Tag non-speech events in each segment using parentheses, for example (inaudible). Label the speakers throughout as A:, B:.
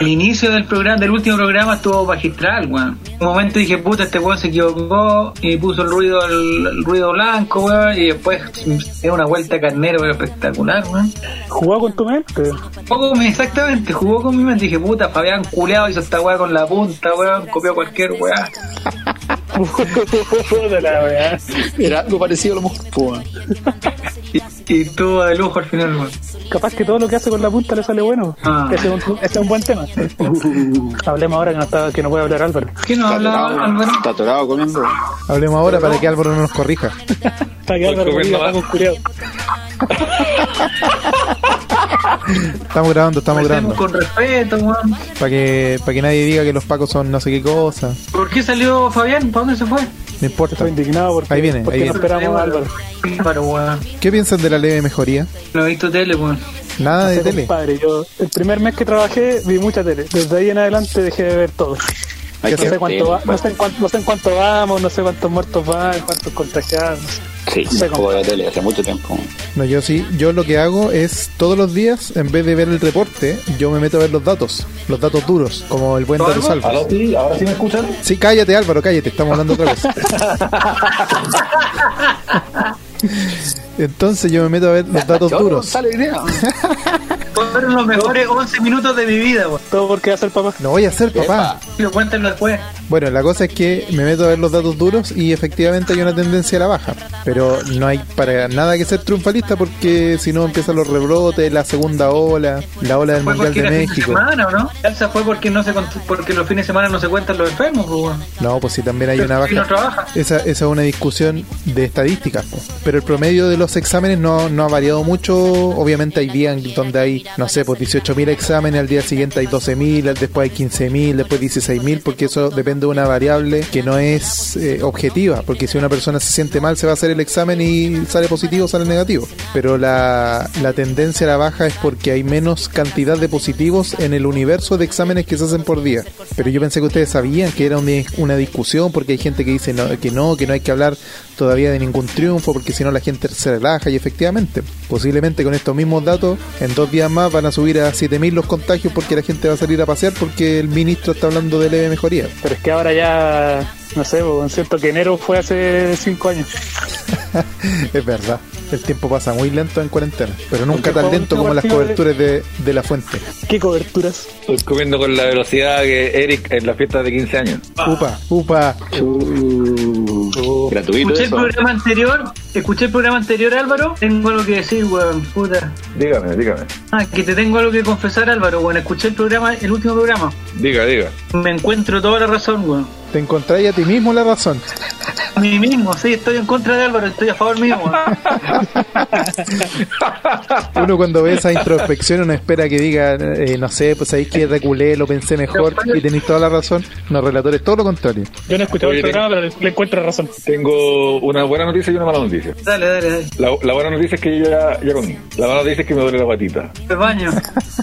A: El inicio del programa, del último programa estuvo magistral, weón. Un momento dije, puta, este weón se equivocó y puso el ruido el, el ruido blanco, weón. Y después es una vuelta carnero, weón, espectacular, weón.
B: Jugó con tu mente.
A: Jugó con mi, exactamente, jugó con mi mente. Dije, puta, Fabián culeado hizo esta weá con la punta, weón. Copió cualquier weá.
B: Puta la weá.
C: Era algo parecido a lo mejor. po, weón.
A: Y, y estuvo de lujo al final, weón.
B: Capaz que todo lo que hace con la punta le sale bueno.
A: Ah.
B: Ese es un, ese es un buen tema. Hablemos ahora que no, está, que no puede hablar Álvaro.
A: ¿Qué nos
C: Está
A: hablaba
C: atorado,
A: Álvaro?
C: está atorado comiendo.
D: Hablemos ahora para que Álvaro no nos corrija.
B: Está que Álvaro
A: comiendo
B: diga,
A: más.
B: "Vamos, culiao".
D: Estamos grabando, estamos
A: Hacemos
D: grabando.
A: con respeto, weón.
D: Para que, para que nadie diga que los pacos son no sé qué cosa.
A: ¿Por qué salió Fabián? ¿Para dónde se fue?
D: No importa.
B: Estoy indignado porque,
D: Ahí viene,
B: porque
D: ahí
B: no
D: viene.
B: esperamos a Álvaro.
A: Álvaro, weón.
D: ¿Qué piensan de la leve mejoría?
A: No he visto tele, weón.
D: Nada de
B: Sí,
D: tele.
B: compadre, yo el primer mes que trabajé vi mucha tele. Desde ahí en adelante dejé de ver todo.
C: Hay
D: Ya
B: No
C: que eh,
B: sé, cuánto va-
C: hacer-
B: no, sé en cuánto, no sé en cuánto vamos, no sé cuántos muertos van, cuántos contagiados. no sé.
C: Sí,
B: sé
C: no juego de tele hace mucho tiempo.
D: No, yo sí. Yo lo que hago es todos los días, en vez de ver el reporte, yo me meto a ver los datos. Los datos duros, como el buen
A: ¿Aló?
D: dato salvo.
E: sí? ¿Ahora sí me escuchan?
D: Sí, cállate Álvaro, cállate, estamos hablando otra
E: (laughs)
D: cosa. Entonces yo me meto a ver los datos duros.
B: (laughs)
C: Sale idea.
A: Fueron los mejores 11 minutos de mi vida, weón.
B: Todo porque hace el papá.
D: No voy a hacer papá.
A: Y Lo cuentan después.
D: Bueno, la cosa es que me meto a ver los datos duros y efectivamente hay una tendencia a la baja. Pero no hay para nada que ser triunfalista porque si no empiezan los rebrotes, la segunda ola, la ola del
A: Fue
D: Mundial
A: porque
D: de
A: era fin de
D: México.
A: semana, ¿o no? La alza fue porque no se cont- porque los fines de semana no se cuentan los enfermos, pues, weón.
D: No, pues sí, también hay una
A: Sí, no
D: baja.
A: trabaja.
D: Esa, esa es una discusión de estadísticas. po. Pero el promedio de los exámenes no, no ha variado mucho. Obviamente hay días en donde hay, no sé, pues 18.000 exámenes, al día siguiente hay 12.000, al- después hay 15.000, después 16.000, porque eso depende de una variable que no es eh, objetiva. Porque si una persona se siente mal, se va a hacer el examen y sale positivo, sale negativo. Pero la, la tendencia a la baja es porque hay menos cantidad de positivos en el universo de exámenes que se hacen por día. Pero yo pensé que ustedes sabían que era un di- una discusión porque hay gente que dice no- que no, que no hay que hablar todavía de ningún triunfo porque si no la gente se relaja y efectivamente, posiblemente con estos mismos datos, en dos días más van a subir a 7.000 los contagios porque la gente va a salir a pasear porque el ministro está hablando de leve mejoría. (laughs)
B: Pero es que ahora ya, no sé, bo, siento que enero fue hace cinco años.
D: es verdad, el tiempo pasa muy lento en cuarentena, pero nunca
B: Porque
D: tan
B: fue
D: lento
B: un
D: como las
B: partido de-
D: coberturas de, de la fuente.
B: ¿Qué coberturas?
E: Estoy comiendo con la velocidad que Eric en las fiestas de 15 años.
D: Upa, upa.
C: Gratuito
A: Escuché el
C: eso.
A: programa anterior, escuché el programa anterior, Álvaro. Tengo algo que decir, weón, puta.
E: Dígame, dígame.
A: Ah, que te tengo algo que confesar, Álvaro, weón. Escuché el programa, el último programa.
E: Diga, diga.
A: Me encuentro toda la razón, weón.
D: Te encontráis a ti mismo la razón.
A: A mí mismo, sí, estoy en contra de Álvaro, estoy a favor mío,
D: (laughs)
A: weón.
D: Uno cuando ve esa introspección uno espera que diga, eh, no sé, pues ahí que reculé, lo pensé mejor y tenéis toda la razón. No, relatores, todo lo contrario.
B: Yo no he escuchado
E: Oye,
B: el
E: te-
B: programa, pero le encuentro razón.
E: Tengo una buena noticia y una mala noticia.
A: Dale, dale, dale.
E: La, la buena noticia es que yo ya, ya comí. La mala noticia es que me duele la patita.
A: El baño.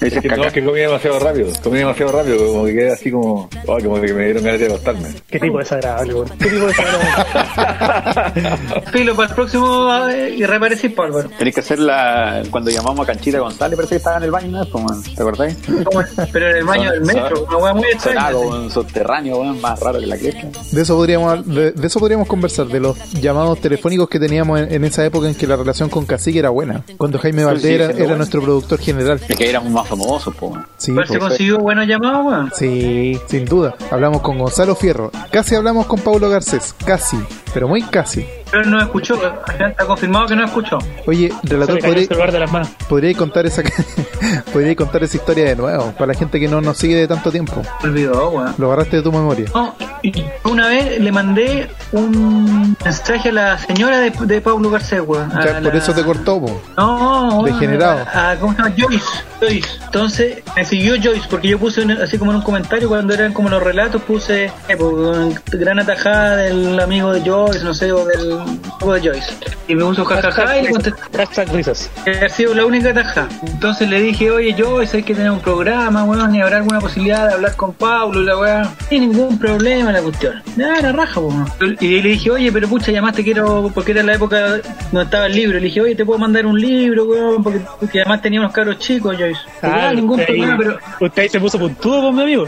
E: Es que no, es que comí demasiado rápido. Comí demasiado rápido, como que quedé así como... Ay, como que me dieron ganas de acostarme.
B: Qué tipo desagradable, bo. Qué tipo desagradable.
A: Filo, para el próximo eh, y reaparecís, po,
D: (laughs)
A: Álvaro.
C: Tenés que hacer la. Cuando llamamos a Canchita González, parece que estaba en el baño, ¿no? Como, ¿Te acordáis?
A: ¿Cómo es? Pero en el baño del metro, una weá muy extraña.
C: Sonado, un subterráneo, weón, más raro que la cresta.
D: De eso podríamos de, de eso podríamos conversar, de los llamados telefónicos que teníamos en, en esa época en que la relación con Cacique era buena. Cuando Jaime Valdés
C: sigue
D: era,
C: siendo
D: era
C: bueno.
D: nuestro productor general.
C: Es que éramos más famosos, po. weón.
D: Sí,
A: Pero se
D: pues.
A: consiguió buenos llamados, weón.
D: Sí, sin duda. Hablamos con Gonzalo Fierro. Casi hablamos con Pablo Garcés. Casi, pero muy casi.
A: Pero él no escuchó, al final está confirmado que no escuchó.
D: Oye,
B: Se
D: relator,
B: le cayó el
D: podría-
B: celular de las manos.
D: podríais contar esa (laughs) podríais contar esa historia de nuevo para la gente que no nos sigue de tanto tiempo.
A: Olvidó, weón.
D: Lo agarraste de tu memoria.
A: No, y una vez le mandé un mensaje a la señora de, de Pablo Garcés, weón.
E: Ah,
A: a
D: Ya, por
A: la-
D: eso te cortó, po. (laughs)
A: No, weón,
D: Degenerado.
A: A, a- ¿Cómo se llama? Joyce. Joyce. Entonces me siguió Joyce, porque yo puse en- así como en un comentario cuando eran pues, como los relatos, puse eh, po, gran atajada del amigo de Joyce, no sé, o del un poco de Joyce. Y me puso jajaja y le contesté
B: Hashtag risas.
A: que ha sido la única taja. Entonces le dije, oye Joyce, hay que tener un programa, weón, y habrá alguna posibilidad de hablar con Pablo y la weá. Sin ningún problema la cuestión. Nada, la raja, weón. Y le dije, oye, pero pucha, llamaste quiero, porque era la época donde estaba el libro. Le dije, oye, te puedo mandar un libro, weón, porque, porque además tenía unos caros chicos, Joyce. Ah, ningún
B: usted,
A: problema, pero
B: ahí, usted ahí se puso puntudo con mi amigo.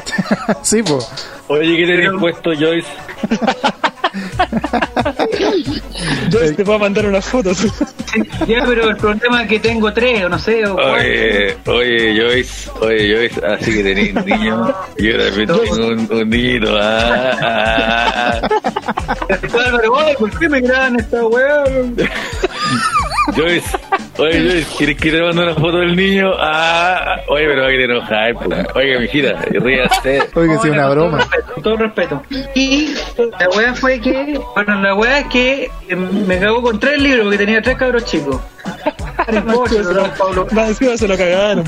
D: sí, po.
E: Oye, ¿qué tenés
A: Pero-
E: puesto, Joyce?
B: Yo te puedo mandar unas fotos. (laughs)
A: ya, pero el problema es que tengo tres, o no sé, o cuatro.
E: Oye, oye, Joyce, oye, Joyce, así que tenés niño. Yo también tengo un, un niñito. Ah, ah, ah.
A: Álvaro, oye, ¿por qué me graban esta weá?
E: Joyce, oye, Joyce, ¿quieres que te mande una foto del niño? Ah, ah. oye, pero va a querer enojar. po. Oiga, mi gira, ríase.
D: Oye, que sea una
A: Con todo
D: broma.
A: respeto, Con todo respeto. Y la weá fue que, bueno, la weá es que eh, me cagó con tres libros porque tenía tres cabros (laughs) chicos. Harry Potter, don Pablo.
B: Más encima se lo cagaron.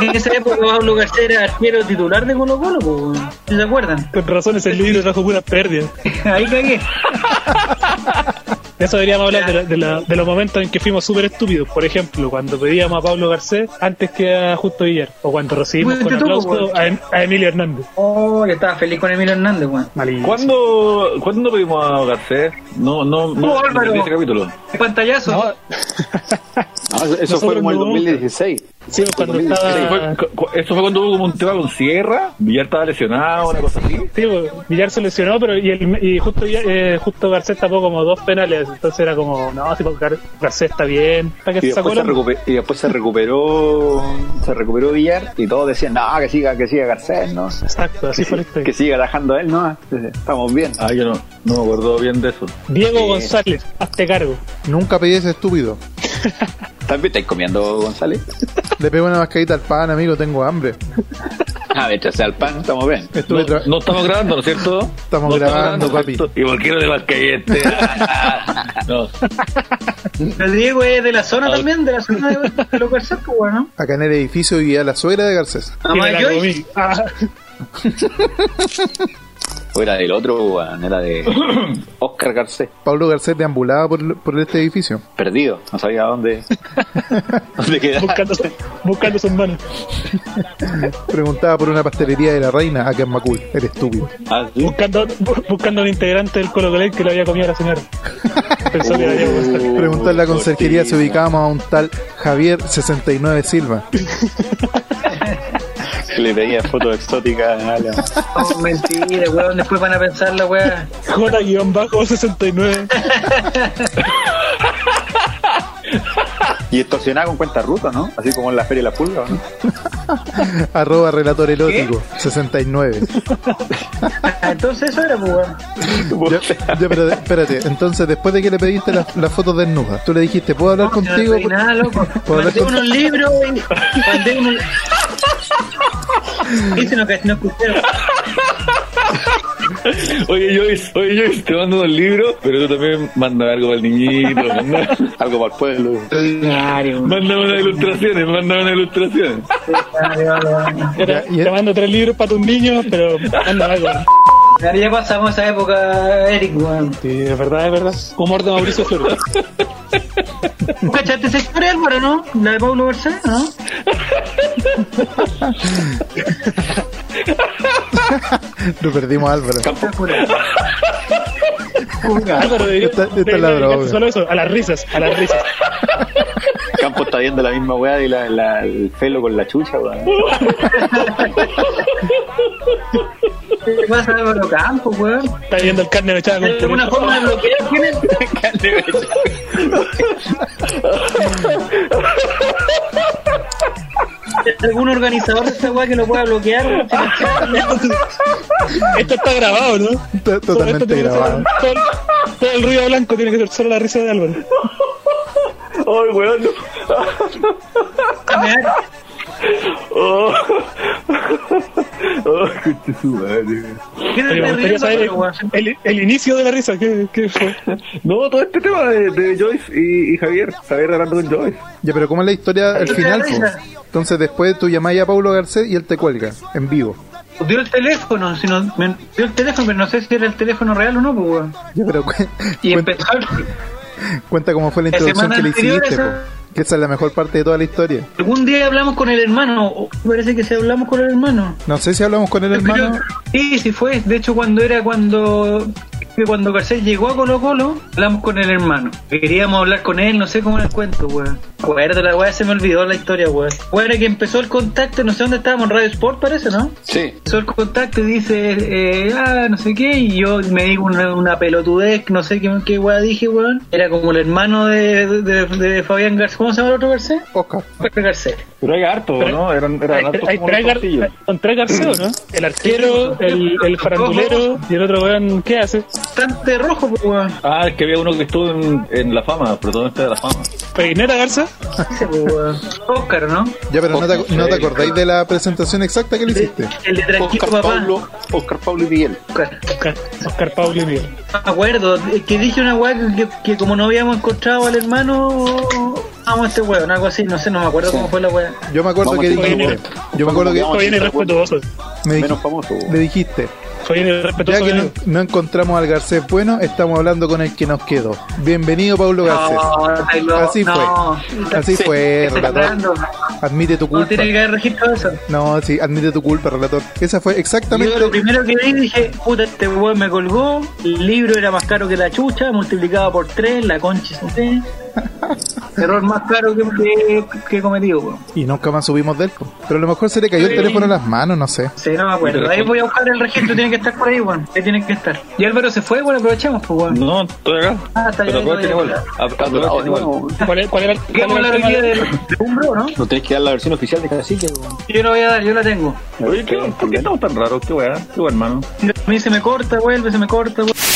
A: En esa época Pablo García era arquero titular de Colo Colo, po, ¿sí ¿se acuerdan? (laughs)
B: Con razones el libro trajo puras pérdidas.
A: Ahí cagué.
B: De eso deberíamos hablar de, la- de la- de los momentos en que fuimos súper estúpidos. Por ejemplo, cuando pedíamos a Pablo Garcés antes que a Justo Villar. O cuando recibimos
A: Uy,
B: con
A: te toco,
B: aplauso
A: weón.
B: a, Em- a Emilio Hernández.
A: Oh, yo estaba feliz con Emilio Hernández, weón.
E: ¿Cuándo, ¿Cuándo pedimos a Garcés? No,
D: Oh,
E: no, no,
A: No, Álvaro.
E: en ese capítulo.
A: El pantallazo.
B: No,
C: No, Ah, eso
B: Nosotros
C: fue como el
B: no.
C: 2016.
B: sí, cuando
D: Ah.
E: Eso
B: estaba...
E: fue, cu- cu- eso fue cuando hubo como un tema con Sierra, Villar estaba lesionado, una cosa así.
B: Sí, pues, Villar se lesionó, pero y, el- y justo, Villar- eh, justo Garcés tapó como dos penales, entonces era como, no, si Gar- Garcés está bien, para que
C: Y
B: se
C: después
B: sacó
C: se,
B: la...
C: recupe- y después se recuperó se recuperó Villar y todos decían, no, que siga, que siga Garcés, ¿no?
B: Exacto, así fue la historia.
C: (laughs) Que siga atajando él, ¿no? Estamos bien.
E: Ah, yo no, no me acuerdo bien de eso.
B: Diego
C: Sí.
B: González, hazte cargo.
D: Nunca pedí ese estúpido.
C: ¿También estáis comiendo, (laughs) González?
D: Le pego una mascarita al pan, amigo, tengo hambre.
C: A ver, Ah, sea al pan, estamos bien.
D: Estuve
E: No,
D: tra-
E: no estamos grabando, ¿no es cierto?
D: Estamos
E: No
D: grabando, papi.
E: ¿cierto? ¿Y por qué no te vas
D: (laughs)
E: callete? no,
A: El Diego es de la zona también, de la zona de, de los Garcés, pues, weón.
D: (laughs)
A: ¿no?
D: Acá en el edificio vivía la suegra de Garcés.
B: Y
A: Mamá
B: me la
A: Joyce.
B: comí. Ah, (laughs)
C: O era del otro, weón, era de Oscar Garcés.
D: Pablo Garcés deambulaba por, por este edificio.
C: Perdido, no sabía dónde, dónde quedaba.
B: buscando, su- buscando sus manos.
D: Preguntaba por una pastelería de la reina acá en Macul. El estúpido.
C: Ah, sí.
B: Buscando, bu- buscando un integrante del Colo Colo que lo había comido a la
C: (laughs)
B: señora. Pensó que era Diego González.
E: Uh,
D: Preguntó en la conserjería si
C: cortina.
D: ubicábamos a un tal Javier 69 Silva. (laughs)
C: Le pedía fotos exóticas a la-
A: Oh, mentira, weón. Después van a pensar la weá.
C: Uh.
B: J-69.
C: Y extorsionaba con cuenta ruta, ¿no? Así como en la Feria de la Pulga, ¿no?
D: Arroba relator erótico 69.
A: Entonces eso era, pues, weón.
D: Ya, ya, pero de- espérate, entonces después de que le pediste las las fotos desnudas, tú le dijiste, ¿puedo hablar contigo?
A: No, nada, loco.
D: ¿Puedo hablar
A: Mandé
D: con-
A: unos libros, y Mandé unos. Dicen que no escucharon.
E: Oye, Joyce, oye, Joyce, te mando un libro, pero tú también manda algo para el niñito. Manda,
C: Algo para el pueblo.
A: Ordinario, weón.
E: mándame unas ilustraciones, mándame unas ilustraciones.
A: Ordinario, weón.
B: Era,
D: Ya, y-
B: te mando tres libros para tus niños, pero anda
C: (laughs)
B: algo.
A: Ya, Ya pasamos esa época, Eric, weón.
B: Sí, es verdad, es verdad. Humor de Mauricio Flores.
A: ¿Tú cachaste esa historia, Álvaro, no? La de Pablo Garcés, ¿no?
D: Lo perdimos a Álvaro.
B: Álvaro debería,
D: Esta- esta es
B: debería
D: la
B: dedicarse
D: droga.
B: solo a eso, a las risas, a las risas.
C: Campo está viendo la misma weá y la, la- el pelo con la chucha, weón.
A: ¿Qué pasa, Álvaro Campo, weón?
B: Está viendo el carne mechada
A: ¿Hay
B: con
A: alguna
B: puré.
A: forma de bloquear? ¿Tienes? ¿Algún organizador de esta weá que lo pueda bloquear? weón?
B: (laughs) Esto está grabado, ¿no?
D: Está
B: Esto
D: Totalmente
B: tiene que ser-
D: grabado.
B: Todo, el- todo el ruido blanco tiene que ser solo la risa de Álvaro.
E: Ay, weón, no. Oh. Oh, qué su madre.
A: ¿Qué te
B: Pero me
A: estás
B: gustaría
A: riendo,
B: saber
A: Álvaro, weón?
B: el, el- el inicio de la risa. ¿Qué, qué fue?
E: No, todo este tema de, de Joyce y, y Javier, Javier hablando con Joyce.
D: Ya, pero ¿cómo es la historia al final? po? Entonces después tú llamáis a Pablo Garcés y él te cuelga, en vivo.
A: Dio el teléfono, si no- me- dio el teléfono, pero no sé si era el teléfono real o no, pues, weón.
D: Ya, pero cu- (laughs)
A: Y
D: cuen-
A: empezó,
D: Cuenta cómo fue la
A: La
D: introducción
A: semana
D: que le
A: anterior
D: hiciste,
A: a
D: po.
A: esa-
D: que esa es la mejor parte de toda la historia.
A: Algún día hablamos con el hermano, o- parece que se hablamos con el hermano.
D: No sé si hablamos con el hermano.
A: Sí, sí fue. De hecho, cuando era cuando que cuando Garcés llegó a Colo Colo, hablamos con el hermano. Queríamos hablar con él, no sé cómo era el cuento, weón. Acuerdo, la weá se me olvidó la historia, weón. Bueno, que empezó el contacto, no sé dónde estábamos, en Radio Sport parece, ¿no?
C: Sí.
A: Empezó el contacto y dice, eh, ah, no sé qué, y yo me digo una, una pelotudez, no sé qué, qué weá dije, weón. Era como el hermano de, de, de- de Fabián Garcés. ¿Cómo se llama el otro Garcés?
D: Oscar.
A: Oscar Garcés.
C: Pero hay harto, ¿no? Eran, eran hartos
B: Hay
C: como
B: tres
C: los
B: gar-
C: tortillos.
B: son tres Garceo, ¿no? El arquero, el, el farandulero y el otro weón, ¿qué hace?
A: Bastante rojo, pues, weón.
E: Ah, es que había uno que estuvo en, en La Fama, protagonista de La Fama.
B: ¿Peineta Garza?
A: Ese, pues, weón. Oscar, ¿no?
D: Ya, pero no te, ac- no te acordáis de la presentación exacta que le hiciste.
A: El de Tranquilo
C: Oscar
A: Papá.
C: Pablo, Oscar Pablo y Miguel.
A: Oscar.
B: Oscar, Oscar Pablo y Miguel.
A: Me acuerdo, eh, que dije una weá que, que como no habíamos encontrado al hermano, vamos a este weón, algo así, no sé, no me acuerdo cómo fue la weá.
D: Yo me acuerdo
C: Vamos
D: que
C: a
B: hacer
D: dijiste. Yo me acuerdo que
B: Fue bien irrespetuoso.
D: me dijiste-
C: Menos famoso.
D: le dijiste.
B: Fue bien
D: Ya
B: irrespetuoso.
D: que no,
B: weón.
D: no encontramos al Garcés bueno, estamos hablando con el que nos quedó. Bienvenido, Pablo Garcés.
A: No, está loco,
D: Así
A: no.
D: fue. Así fue,
A: Está
D: relator.
A: hablando.
D: Admite tu
A: No
D: culpa.
A: tiene que haber registro de eso.
D: No, sí, admite tu culpa, relator. Esa fue exactamente.
A: Yo lo primero que vi dije, puta, este weón me colgó, el libro era más caro que la chucha, multiplicado por tres, la concha es usted. Error más caro que, que, que cometido, weón.
D: Y nunca más subimos del po. Pero a lo mejor se le cayó el
A: Sí.
D: teléfono a las manos, no sé.
A: Sí, no me acuerdo. Ahí voy a buscar el registro, tiene que estar por ahí, weón. Ahí tiene que estar. Y Álvaro se fue, bueno, aprovechemos, pues, weón.
E: No, estoy acá.
A: Ah, está
E: Pero
A: bien,
E: acuérdate
A: está bien.
E: igual. A-
C: Ah,
E: acuérdate igual.
C: no,
B: ¿Cuál es- cuál era el-
A: ¿Qué vamos a hablar
B: cuál era el
A: hoy día
B: tema
A: del
B: de-
A: de Umbro, no?
C: no tenés que dar la versión oficial de Cacique. weón.
A: Yo la voy a dar, yo la tengo.
E: Oye, ¿qué, ¿por qué estamos tan raros? Qué weá, qué weá, hermano.
A: A mí se me corta, vuelve, se me corta, vuelve.